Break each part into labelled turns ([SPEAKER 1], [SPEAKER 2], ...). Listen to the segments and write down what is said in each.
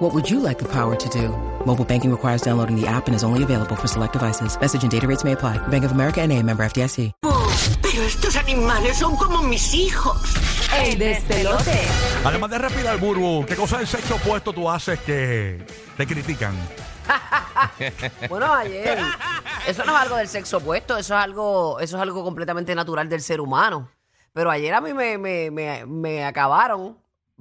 [SPEAKER 1] What would you like the power to do? Mobile banking requires downloading the app and is only available for select devices. Message and data rates may apply. Bank of America and a member FDIC.
[SPEAKER 2] Pero estos animales son como mis hijos.
[SPEAKER 3] El despelote.
[SPEAKER 4] Además de respirar burbu, ¿qué cosa del sexo opuesto tú haces que te critican?
[SPEAKER 3] Bueno, ayer. Eso no es algo del sexo opuesto, eso es algo, eso es algo completamente natural del ser humano. Pero ayer a mí me, me, me, me acabaron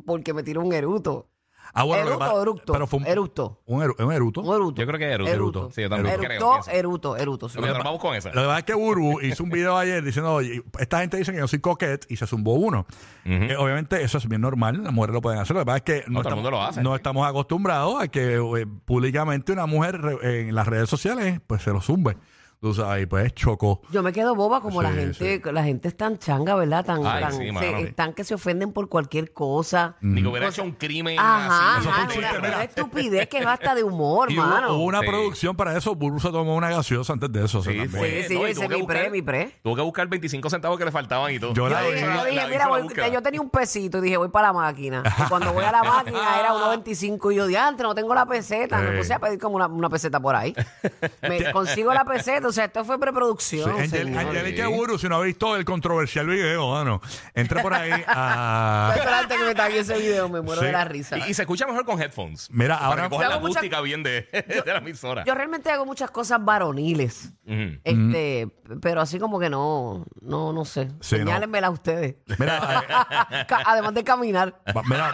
[SPEAKER 3] porque me tiró un eruto.
[SPEAKER 4] Ah,
[SPEAKER 3] Eructo,
[SPEAKER 4] lo que pasa-
[SPEAKER 3] eructo,
[SPEAKER 4] Pero fue un,
[SPEAKER 3] eructo.
[SPEAKER 4] Un, eru- un eruto.
[SPEAKER 3] Un eruto.
[SPEAKER 5] Yo creo que eruto.
[SPEAKER 3] Eruto.
[SPEAKER 5] Sí, yo también
[SPEAKER 3] Eructo,
[SPEAKER 5] creo que sí.
[SPEAKER 3] eruto, eruto, sí.
[SPEAKER 5] Pero Nos vamos con esa.
[SPEAKER 4] Lo que pasa es que Burbu hizo un video ayer diciendo, oye, esta gente dice que yo soy coquete y se zumbó uno. Eh, obviamente eso es bien normal, las mujeres lo pueden hacer. Lo que pasa es que
[SPEAKER 5] No, todo el mundo lo hace.
[SPEAKER 4] no estamos acostumbrados a que eh, públicamente una mujer re- en las redes sociales pues se lo zumbe. Tú sabes, y pues chocó.
[SPEAKER 3] Yo me quedo boba como la
[SPEAKER 4] Sí,
[SPEAKER 3] gente, la gente es tan changa, ¿verdad? Tan,
[SPEAKER 5] Ay,
[SPEAKER 3] tan-
[SPEAKER 5] sí,
[SPEAKER 3] se-
[SPEAKER 5] mano.
[SPEAKER 3] están que se ofenden por cualquier cosa.
[SPEAKER 5] Ni que
[SPEAKER 4] Mm.
[SPEAKER 5] hubiera hecho un crimen
[SPEAKER 3] Ajá,
[SPEAKER 5] así.
[SPEAKER 3] ajá,
[SPEAKER 4] un
[SPEAKER 3] una,
[SPEAKER 4] chiste, mira.
[SPEAKER 3] una estupidez que no hasta de humor,
[SPEAKER 4] Y hubo,
[SPEAKER 3] mano.
[SPEAKER 4] hubo una
[SPEAKER 5] Sí.
[SPEAKER 4] producción para eso, Burbu se tomó una gaseosa antes de eso. o sea,
[SPEAKER 5] Sí,
[SPEAKER 3] Sí,
[SPEAKER 4] también.
[SPEAKER 3] sí,
[SPEAKER 5] No,
[SPEAKER 3] yo
[SPEAKER 5] y
[SPEAKER 3] hice
[SPEAKER 5] tuvo que
[SPEAKER 3] mi pre,
[SPEAKER 5] buscar-
[SPEAKER 3] mi pre.
[SPEAKER 5] Tuvo que buscar 25 centavos que le faltaban y todo.
[SPEAKER 4] Yo la
[SPEAKER 3] Yo
[SPEAKER 4] vi.
[SPEAKER 3] dije,
[SPEAKER 4] la-
[SPEAKER 3] yo
[SPEAKER 5] la
[SPEAKER 3] dije,
[SPEAKER 5] hizo
[SPEAKER 3] mira,
[SPEAKER 5] la
[SPEAKER 3] voy-
[SPEAKER 5] búsqueda.
[SPEAKER 3] yo tenía un pesito y dije, voy para la máquina. Y cuando voy a la máquina era 1.25 y yo diantre, no tengo la peseta.
[SPEAKER 4] Sí.
[SPEAKER 3] Me puse a pedir como una, una peseta por ahí. Me consigo la peseta, o sea, esto fue preproducción.
[SPEAKER 4] Sí, Angel-
[SPEAKER 3] señor.
[SPEAKER 4] Angelique Buru, si no ha visto el controversial video, mano, entra por ahí a.
[SPEAKER 3] Espérate que me tague ese video, me muero
[SPEAKER 4] Sí.
[SPEAKER 3] de la risa.
[SPEAKER 5] Y, y se escucha mejor con headphones.
[SPEAKER 4] Mira,
[SPEAKER 5] para
[SPEAKER 4] ahora-
[SPEAKER 5] que coja
[SPEAKER 3] Yo
[SPEAKER 5] la
[SPEAKER 3] hago mucha-
[SPEAKER 5] acústica bien de, de la emisora.
[SPEAKER 3] Yo realmente hago muchas cosas varoniles.
[SPEAKER 5] Ujú.
[SPEAKER 3] Este, pero así como que no, no, no sé.
[SPEAKER 4] Sí, no.
[SPEAKER 3] Señálenmela a ustedes.
[SPEAKER 4] Mira, eh,
[SPEAKER 3] Ca- Además de caminar.
[SPEAKER 4] va- mira.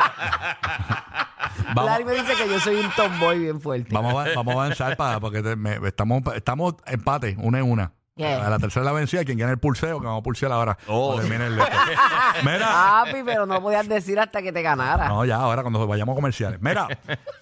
[SPEAKER 3] Larry
[SPEAKER 4] Vamos,
[SPEAKER 3] me dice que yo soy un tomboy bien fuerte.
[SPEAKER 4] vamos, a- vamos a avanzar para, porque te- me- estamos, estamos empate, una en una.
[SPEAKER 3] Yeah.
[SPEAKER 4] A la tercera la vencida, quien gane el pulseo, que vamos a pulsear ahora.
[SPEAKER 5] Oh.
[SPEAKER 4] Cuando termine el- Mira.
[SPEAKER 3] Papi, pero no podías decir hasta que te ganara.
[SPEAKER 4] No, ya, ahora cuando vayamos a comerciales. Mira,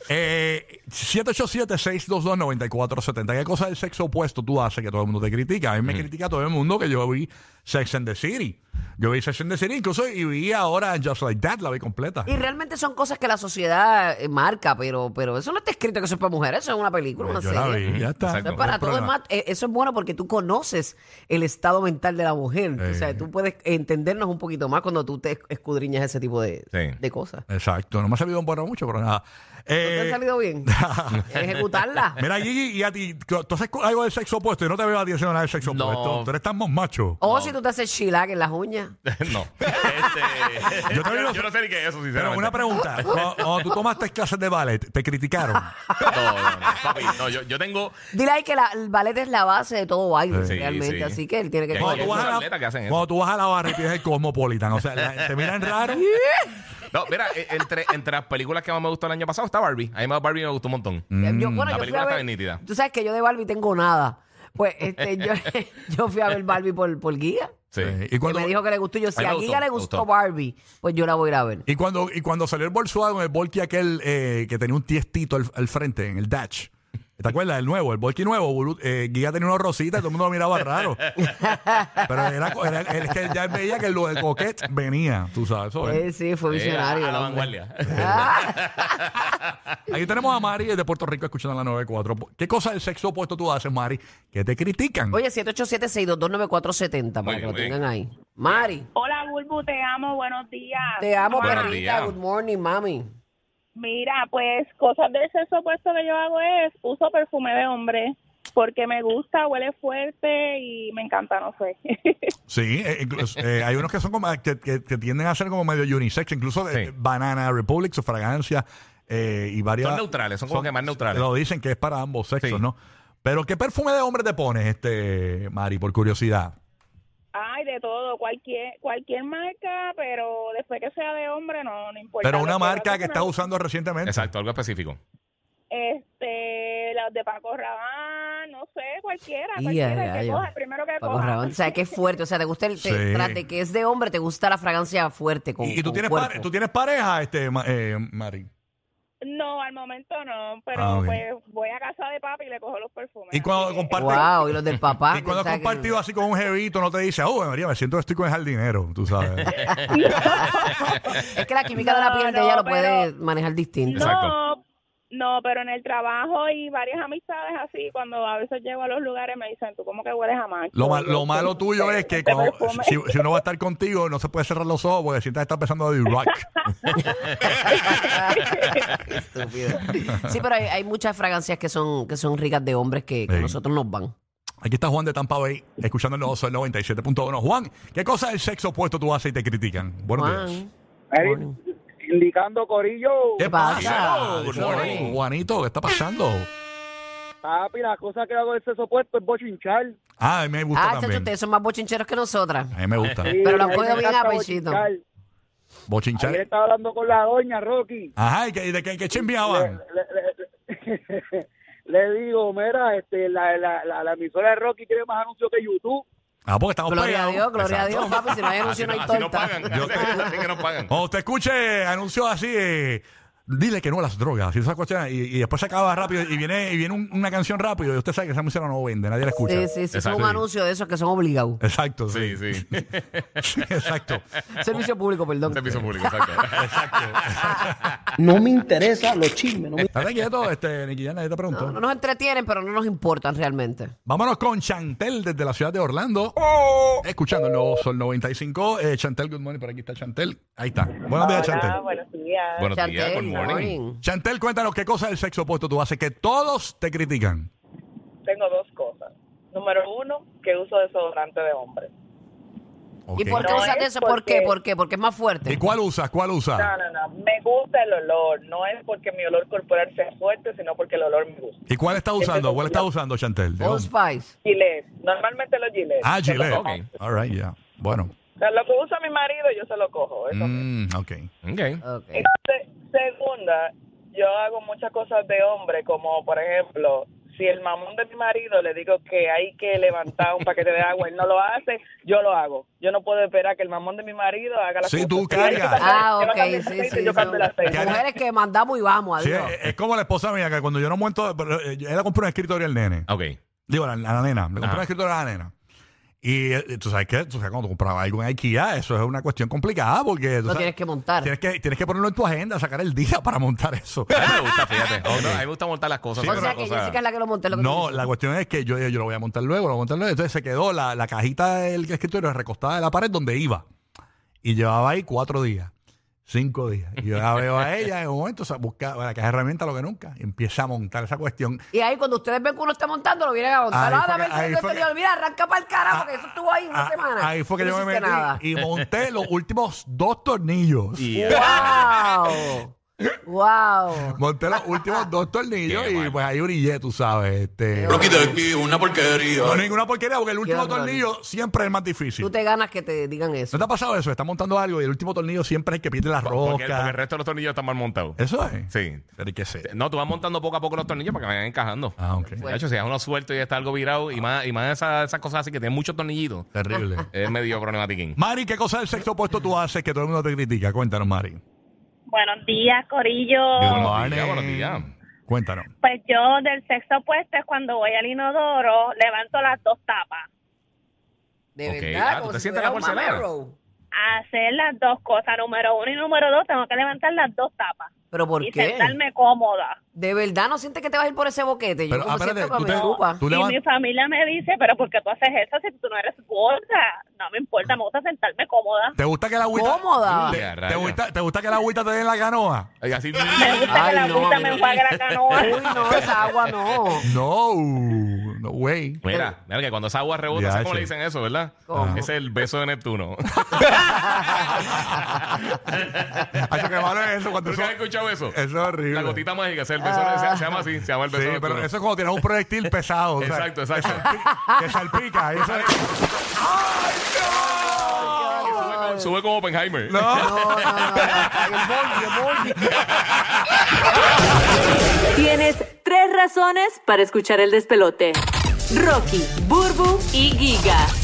[SPEAKER 4] eh, 787-622-9470. ¿Qué cosa del sexo opuesto tú haces que todo el mundo te critica? A mí
[SPEAKER 5] Mm.
[SPEAKER 4] me critica todo el mundo que yo vi Sex and the City. Yo vi Sex and the City incluso y vi ahora Just Like That, la vi completa.
[SPEAKER 3] Y realmente son cosas que la sociedad eh, marca, pero, pero eso no está escrito que eso es para mujeres, eso es una película,
[SPEAKER 4] Pues
[SPEAKER 3] una
[SPEAKER 4] yo la
[SPEAKER 3] serie.
[SPEAKER 4] vi, ya está.
[SPEAKER 3] Eso
[SPEAKER 5] Exacto.
[SPEAKER 3] es
[SPEAKER 4] No
[SPEAKER 3] para
[SPEAKER 4] hay
[SPEAKER 3] todo, es
[SPEAKER 4] problema.
[SPEAKER 3] más, eh, eso es bueno porque tú conoces el estado mental de la mujer. O sea,
[SPEAKER 4] Sí.
[SPEAKER 3] tú puedes entendernos un poquito más cuando tú te escudriñas ese tipo de,
[SPEAKER 5] Sí.
[SPEAKER 3] de cosas.
[SPEAKER 4] Exacto, no me ha salido un bueno mucho, pero nada.
[SPEAKER 3] ¿No te
[SPEAKER 4] Eh,
[SPEAKER 3] ha salido bien? Ejecutarla.
[SPEAKER 4] Mira, Gigi, y a ti, tú haces algo del sexo opuesto. Yo no te veo a ti haciendo nada del sexo
[SPEAKER 5] No.
[SPEAKER 4] opuesto. Tú eres tan más macho.
[SPEAKER 3] O si tú te haces chilac en las uñas.
[SPEAKER 5] no. Este,
[SPEAKER 4] Yo
[SPEAKER 5] yo,
[SPEAKER 4] también lo-
[SPEAKER 5] yo no sé ni qué es eso,
[SPEAKER 4] Pero
[SPEAKER 5] sinceramente.
[SPEAKER 4] una pregunta, cuando, cuando tú tomaste clases de ballet, ¿te criticaron?
[SPEAKER 5] No, no, no, papi, no, yo, yo tengo...
[SPEAKER 3] Dile ahí que la- el ballet es la base de todo baile,
[SPEAKER 5] Sí,
[SPEAKER 3] realmente.
[SPEAKER 5] sí.
[SPEAKER 3] Así que él tiene que...
[SPEAKER 5] Ya,
[SPEAKER 3] conocer.
[SPEAKER 4] Cuando tú,
[SPEAKER 5] Hay
[SPEAKER 4] vas a la,
[SPEAKER 5] atletas que hacen eso.
[SPEAKER 4] cuando tú vas a la barra y tienes el Cosmopolitan, o sea, la- te miran raro.
[SPEAKER 5] No, mira, eh, entre, entre las películas que más me gustó el año pasado está Barbie. A mí más Barbie me gustó un montón.
[SPEAKER 4] Mm,
[SPEAKER 3] Yo- bueno,
[SPEAKER 5] la
[SPEAKER 3] yo fui
[SPEAKER 5] película
[SPEAKER 3] a
[SPEAKER 5] está
[SPEAKER 3] ver-
[SPEAKER 5] bien nítida.
[SPEAKER 3] Tú sabes que yo de Barbie tengo nada. Pues este, yo, yo fui a ver Barbie por, por guía.
[SPEAKER 5] Sí.
[SPEAKER 4] Eh, y,
[SPEAKER 3] Que
[SPEAKER 4] cuando,
[SPEAKER 3] me dijo que le gustó. Y Yo, si
[SPEAKER 5] mí
[SPEAKER 3] a,
[SPEAKER 5] me
[SPEAKER 3] Giga
[SPEAKER 5] gustó,
[SPEAKER 3] le
[SPEAKER 5] me
[SPEAKER 3] gustó,
[SPEAKER 5] gustó.
[SPEAKER 3] Barbie, pues yo la voy a ir a ver.
[SPEAKER 4] y, cuando, y cuando salió el Volkswagen, el Volky aquel eh, que tenía un tiestito al, al frente, en el Dutch. ¿Te acuerdas? El nuevo, el Volky nuevo. Bulu- Eh, Giga tenía unos rositas y todo el mundo lo miraba raro. Pero era, co- era- es que ya veía que lo de Coquette venía, tú sabes. eso es.
[SPEAKER 3] Eh, sí, fue
[SPEAKER 5] Eh, a,
[SPEAKER 3] visionario.
[SPEAKER 5] a la
[SPEAKER 3] hombre.
[SPEAKER 5] vanguardia.
[SPEAKER 4] Aquí tenemos a Mari desde Puerto Rico escuchando la 94. ¿Qué cosa del sexo opuesto tú haces, Mari? Que te critican.
[SPEAKER 3] Oye, 787-622-9470, para
[SPEAKER 5] Muy
[SPEAKER 3] que
[SPEAKER 5] bien,
[SPEAKER 3] lo
[SPEAKER 5] muy bien.
[SPEAKER 3] tengan ahí. Mari,
[SPEAKER 6] Hola, Bulbu, te amo, buenos días.
[SPEAKER 3] te amo,
[SPEAKER 5] Buenos
[SPEAKER 3] perrita.
[SPEAKER 5] días.
[SPEAKER 3] Good morning, mami.
[SPEAKER 6] Mira, pues cosas del sexo opuesto que yo hago es uso perfume de hombre porque me gusta, huele fuerte y me encanta, no sé.
[SPEAKER 4] Sí, eh, incluso, eh, hay unos que son como que, que- que tienden a ser como medio unisex, incluso de
[SPEAKER 5] Sí.
[SPEAKER 4] Banana Republic, su fragancia eh, y varias.
[SPEAKER 5] Son neutrales, son como que más neutrales.
[SPEAKER 4] Lo dicen que es para ambos sexos,
[SPEAKER 5] Sí.
[SPEAKER 4] ¿no? Pero ¿qué perfume de hombre te pones, este Mari, por curiosidad?
[SPEAKER 6] Ay, de todo, cualquier cualquier marca, pero después que sea de hombre no, no importa.
[SPEAKER 4] Pero
[SPEAKER 6] Lo
[SPEAKER 4] una marca que
[SPEAKER 6] me-
[SPEAKER 4] estás usando recientemente.
[SPEAKER 5] Exacto, algo específico.
[SPEAKER 6] Este, los de Paco Rabanne, no sé, cualquiera,
[SPEAKER 3] Ya,
[SPEAKER 6] cualquiera
[SPEAKER 3] ya,
[SPEAKER 6] que
[SPEAKER 3] ya.
[SPEAKER 6] coja, el primero que
[SPEAKER 3] Paco
[SPEAKER 6] coja.
[SPEAKER 3] Rabanne, o sea, que es fuerte. O sea, te gusta el te-
[SPEAKER 4] Sí.
[SPEAKER 3] tras de que es de hombre, te gusta la fragancia fuerte. Con,
[SPEAKER 4] Y, y tú,
[SPEAKER 3] con
[SPEAKER 4] tienes
[SPEAKER 3] cuerpo.
[SPEAKER 4] pare- tú tienes pareja, este ma- eh, Mari.
[SPEAKER 6] No, al momento no, pero
[SPEAKER 7] Ah, ok.
[SPEAKER 6] pues voy a casa de papi y le cojo los perfumes.
[SPEAKER 7] Y cuando
[SPEAKER 6] Así que-
[SPEAKER 7] comparte.
[SPEAKER 3] Wow, y los del papá.
[SPEAKER 7] Y cuando
[SPEAKER 3] O
[SPEAKER 7] has
[SPEAKER 3] sea que-
[SPEAKER 7] compartido así con un jevito, no te dice, oh, María, me siento que estoy con el jardinero, tú sabes.
[SPEAKER 3] Es que la química de la
[SPEAKER 6] No,
[SPEAKER 3] piel de ella lo
[SPEAKER 6] no,
[SPEAKER 3] puede
[SPEAKER 6] pero-
[SPEAKER 3] manejar distinto.
[SPEAKER 5] Exacto.
[SPEAKER 6] No, no, pero en el trabajo y varias amistades así, cuando a veces llego a los lugares me dicen, tú como que hueles a macho.
[SPEAKER 4] Lo, mal- lo
[SPEAKER 6] Yo,
[SPEAKER 4] malo
[SPEAKER 6] "Tú,
[SPEAKER 4] tuyo
[SPEAKER 6] este-
[SPEAKER 4] es que
[SPEAKER 6] este
[SPEAKER 4] cuando-
[SPEAKER 6] perfume".
[SPEAKER 4] si, si uno va a estar contigo, no se puede cerrar los ojos porque sientes que estás pensando de rock.
[SPEAKER 3] Estúpido. Sí, pero hay, hay muchas fragancias que son, que son ricas de hombres que, que
[SPEAKER 4] Sí.
[SPEAKER 3] nosotros nos van.
[SPEAKER 4] Aquí está Juan de Tampa Bay, escuchándonos el 97.1. Juan, ¿qué cosa del sexo opuesto tú haces y te critican? Buenos días.
[SPEAKER 3] Juan. Ah,
[SPEAKER 8] Ahí, indicando Corillo,
[SPEAKER 4] ¿Qué pasa?
[SPEAKER 5] Hello, good
[SPEAKER 4] Hello,
[SPEAKER 5] morning.
[SPEAKER 4] Juanito, ¿qué está pasando?
[SPEAKER 8] papi, la cosa que hago del sexo opuesto es bochinchar.
[SPEAKER 4] Ah, a mí me gusta
[SPEAKER 3] Ah, chacho,
[SPEAKER 4] también.
[SPEAKER 3] ustedes son más bochincheros que nosotras.
[SPEAKER 4] A mí me gusta.
[SPEAKER 8] Sí,
[SPEAKER 3] Pero lo
[SPEAKER 8] a mí
[SPEAKER 3] cogió
[SPEAKER 8] me
[SPEAKER 3] bien
[SPEAKER 8] encanta
[SPEAKER 3] a pechito.
[SPEAKER 8] bochinchar. Ayer
[SPEAKER 4] Bochinchar.
[SPEAKER 8] estaba hablando con la doña Rocky.
[SPEAKER 4] Ajá, ¿y qué- de qué, qué
[SPEAKER 8] Le,
[SPEAKER 4] chimbiaban?
[SPEAKER 8] le- le- le digo, mira, este, la, la, la, la emisora de Rocky tiene más anuncios que YouTube.
[SPEAKER 4] Ah, porque estamos
[SPEAKER 3] Gloria a
[SPEAKER 4] pegados.
[SPEAKER 3] Dios, gloria a Dios,
[SPEAKER 4] Exacto.
[SPEAKER 3] papi. Si no hay anuncio, no hay
[SPEAKER 5] así no
[SPEAKER 3] torta.
[SPEAKER 5] pagan. Así que no pagan.
[SPEAKER 4] Cuando te escuche anuncios así, eh, dile que no a las drogas y esas cuestiones, y, y después se acaba rápido y viene, y viene un- una canción rápido y usted sabe que esa música no vende, nadie la
[SPEAKER 3] Sí,
[SPEAKER 4] escucha.
[SPEAKER 3] sí, sí. Son un
[SPEAKER 5] Exacto.
[SPEAKER 3] anuncio de esos que son obligados.
[SPEAKER 4] Exacto, sí.
[SPEAKER 5] Sí, sí. Este
[SPEAKER 4] Sí, Exacto.
[SPEAKER 3] Servicio público, perdón.
[SPEAKER 5] Servicio público, exacto.
[SPEAKER 9] No me interesa los chismes. No me...
[SPEAKER 4] Estate quieto, este, Nicky, ya nadie te preguntó.
[SPEAKER 3] No, no nos entretienen, pero no nos importan realmente.
[SPEAKER 4] Vámonos con Chantel desde la ciudad de Orlando. Escuchando el nuevo Sol 95. Eh, Chantel, good morning. Por aquí está Chantel. Ahí está. Buenos días, Chantel.
[SPEAKER 6] Hola, buenos días.
[SPEAKER 5] Buenos días,
[SPEAKER 3] Chantel,
[SPEAKER 5] good morning.
[SPEAKER 4] Chantel, cuéntanos qué cosa del sexo opuesto tú haces que todos te critican.
[SPEAKER 6] Tengo dos cosas. Número uno, que uso desodorante de hombre.
[SPEAKER 3] ¿Y
[SPEAKER 4] Ok.
[SPEAKER 3] por qué
[SPEAKER 6] No
[SPEAKER 3] usas
[SPEAKER 6] es
[SPEAKER 3] eso? ¿Por qué?
[SPEAKER 6] porque-
[SPEAKER 3] ¿Por qué? Porque es más
[SPEAKER 4] ¿Y
[SPEAKER 3] fuerte.
[SPEAKER 4] cuál usas? ¿Cuál usas?
[SPEAKER 6] No, no, no. Me gusta el olor. No es porque mi olor corporal sea fuerte, sino porque el olor me gusta.
[SPEAKER 4] ¿Y cuál estás usando? ¿Cuál estás usando, Chantel?
[SPEAKER 3] Old Spice.
[SPEAKER 6] Giles. Normalmente los giles.
[SPEAKER 4] Ah, Gillette.
[SPEAKER 5] Ok.
[SPEAKER 4] All right, yeah. Bueno.
[SPEAKER 6] O sea, lo que usa mi marido, yo se lo cojo. Eso
[SPEAKER 4] Mm,
[SPEAKER 6] mismo.
[SPEAKER 4] ok.
[SPEAKER 5] Ok.
[SPEAKER 3] Ok.
[SPEAKER 6] Se- segunda, yo hago muchas cosas de hombre, como por ejemplo, si el mamón de mi marido le digo que hay que levantar un paquete de agua, él no lo hace, yo lo hago. Yo no puedo esperar que el mamón de mi marido haga la
[SPEAKER 4] Sí,
[SPEAKER 6] cosas.
[SPEAKER 4] tú
[SPEAKER 6] Si hay que
[SPEAKER 4] cargas.
[SPEAKER 6] cambiar-
[SPEAKER 3] Ah,
[SPEAKER 6] que va a
[SPEAKER 3] ok,
[SPEAKER 6] cambiar el
[SPEAKER 3] sí,
[SPEAKER 6] aceite,
[SPEAKER 3] sí.
[SPEAKER 6] yo
[SPEAKER 3] son
[SPEAKER 6] cambio el aceite.
[SPEAKER 3] Mujeres que mandamos y vamos,
[SPEAKER 4] Sí,
[SPEAKER 3] adiós.
[SPEAKER 4] es, es como la esposa mía que cuando yo no muerto, pero, eh, yo- ella compró un escritorio al nene.
[SPEAKER 5] Ok.
[SPEAKER 4] Digo, a la, a la nena. Le compré
[SPEAKER 5] Ajá.
[SPEAKER 4] un escritorio a la nena. Y eh, tú sabes que tú sabes, cuando comprabas algo en IKEA, eso es una cuestión complicada porque tú
[SPEAKER 3] Lo
[SPEAKER 4] sabes,
[SPEAKER 3] tienes que montar.
[SPEAKER 4] tienes, que, tienes que ponerlo en tu agenda, sacar el día para montar eso.
[SPEAKER 5] A mí me gusta, fíjate. Oh, no, a mí me gusta montar las cosas.
[SPEAKER 4] Sí,
[SPEAKER 5] ¿sabes?
[SPEAKER 3] O sea
[SPEAKER 5] Una
[SPEAKER 3] que
[SPEAKER 5] cosa-
[SPEAKER 3] Jessica es la que lo monté. lo que tú
[SPEAKER 4] No,
[SPEAKER 3] dices.
[SPEAKER 4] la cuestión es que yo, yo lo voy a montar luego, lo voy a montar luego. Entonces se quedó la, la cajita del escritorio recostada de la pared donde iba. Y llevaba ahí cuatro días, cinco días. Y yo la veo a ella en un momento, o sea, busca la caja de herramientas, lo que nunca. Y empieza a montar esa cuestión.
[SPEAKER 3] Y ahí cuando ustedes ven que uno está montando, lo vienen a montar.
[SPEAKER 4] Ahí
[SPEAKER 3] Ah,
[SPEAKER 4] fue
[SPEAKER 3] dame
[SPEAKER 4] que- ahí
[SPEAKER 3] el
[SPEAKER 4] fue que-
[SPEAKER 3] contenido. Mira, arranca para el carajo,
[SPEAKER 4] Ah,
[SPEAKER 3] que eso estuvo ahí una
[SPEAKER 4] Ah,
[SPEAKER 3] semana.
[SPEAKER 4] Ahí fue que
[SPEAKER 3] No
[SPEAKER 4] yo me
[SPEAKER 3] hiciste
[SPEAKER 4] metí
[SPEAKER 3] nada.
[SPEAKER 4] y monté los últimos dos tornillos.
[SPEAKER 3] ¡Wow! ¡Wow!
[SPEAKER 4] Monté los últimos dos tornillos
[SPEAKER 5] Qué
[SPEAKER 4] y
[SPEAKER 5] mal.
[SPEAKER 4] pues ahí brillé, tú sabes. Este,
[SPEAKER 3] Qué
[SPEAKER 9] una porquería.
[SPEAKER 4] no ninguna porquería, porque el último
[SPEAKER 3] horror.
[SPEAKER 4] tornillo siempre es el más difícil.
[SPEAKER 3] Tú te ganas que te digan
[SPEAKER 4] ¿No
[SPEAKER 3] eso.
[SPEAKER 4] te ha pasado eso? Estás montando algo y el último tornillo siempre es el que pierde la
[SPEAKER 5] Porque, porque el
[SPEAKER 4] roca.
[SPEAKER 5] resto de los tornillos están mal montados.
[SPEAKER 4] Eso es.
[SPEAKER 5] Sí.
[SPEAKER 4] Pero ¿y qué sé?
[SPEAKER 5] No, tú vas montando poco a poco los tornillos para que vayan encajando.
[SPEAKER 4] Ah, ok.
[SPEAKER 5] De hecho, si es uno suelto y está algo virado, y más, y más esas, esas cosas así que tienen muchos tornillitos,
[SPEAKER 4] Terrible.
[SPEAKER 5] es medio problematiquín.
[SPEAKER 4] Mari, ¿qué cosa del sexo opuesto tú haces que todo el mundo te critica? Cuéntanos, Mari.
[SPEAKER 10] Buenos días, Corillo.
[SPEAKER 5] Good morning. Buenos días.
[SPEAKER 4] Cuéntanos.
[SPEAKER 10] Pues yo del sexo opuesto es cuando voy al inodoro, levanto las dos tapas.
[SPEAKER 3] De
[SPEAKER 5] Ok.
[SPEAKER 3] verdad,
[SPEAKER 5] Ah,
[SPEAKER 3] como
[SPEAKER 5] ¿tú te
[SPEAKER 3] si
[SPEAKER 5] sientes
[SPEAKER 3] fuera
[SPEAKER 5] la
[SPEAKER 3] un
[SPEAKER 5] porcelana?
[SPEAKER 3] mamero.
[SPEAKER 10] Hacer las dos cosas, número uno y número dos, tengo que levantar las dos tapas.
[SPEAKER 3] ¿Pero por
[SPEAKER 10] y
[SPEAKER 3] qué?
[SPEAKER 10] sentarme cómoda.
[SPEAKER 3] ¿De verdad no sientes que te vas a ir por ese boquete? Yo
[SPEAKER 4] Pero,
[SPEAKER 3] como
[SPEAKER 4] ah, espérate,
[SPEAKER 3] siento que
[SPEAKER 4] tú
[SPEAKER 3] me
[SPEAKER 4] te-
[SPEAKER 3] ocupa.
[SPEAKER 4] tú
[SPEAKER 10] y mi
[SPEAKER 4] levantas.
[SPEAKER 10] familia me dice, pero ¿por qué tú haces eso si tú no eres gorda? No me importa, me gusta sentarme cómoda.
[SPEAKER 4] ¿Te gusta que la agüita.
[SPEAKER 3] Cómoda.
[SPEAKER 4] ¿Te,
[SPEAKER 5] Ya,
[SPEAKER 4] te
[SPEAKER 5] rayos.
[SPEAKER 4] gusta, te gusta que la agüita te dé en la canoa?
[SPEAKER 5] Y así-
[SPEAKER 10] Me gusta
[SPEAKER 3] Ay,
[SPEAKER 10] que la
[SPEAKER 3] no,
[SPEAKER 10] agüita
[SPEAKER 3] mira.
[SPEAKER 10] me enjuague la canoa.
[SPEAKER 3] Uy, no, esa agua no.
[SPEAKER 4] No. No, güey.
[SPEAKER 5] Mira, mira que cuando esa agua rebota,
[SPEAKER 4] Ya,
[SPEAKER 5] ¿sabes cómo
[SPEAKER 4] che.
[SPEAKER 5] le dicen eso, verdad?
[SPEAKER 3] ¿Cómo?
[SPEAKER 5] Es el beso de Neptuno.
[SPEAKER 4] Hacho, qué malo es eso cuando eso,
[SPEAKER 5] ¿Nunca has escuchado eso?
[SPEAKER 4] eso es horrible.
[SPEAKER 5] La gotita mágica, ese es el beso de- se, se llama así, se llama el
[SPEAKER 4] Sí,
[SPEAKER 5] beso de
[SPEAKER 4] pero
[SPEAKER 5] Neptuno.
[SPEAKER 4] eso es cuando tienes un proyectil pesado. o sea,
[SPEAKER 5] Exacto, exacto.
[SPEAKER 4] Que salpica. Eso es-
[SPEAKER 5] Sube como- Sube como Oppenheimer.
[SPEAKER 3] No, no, no. no. Ay, el bol- el bol-
[SPEAKER 11] Tienes tres razones para escuchar el despelote. Rocky, Burbu y Giga.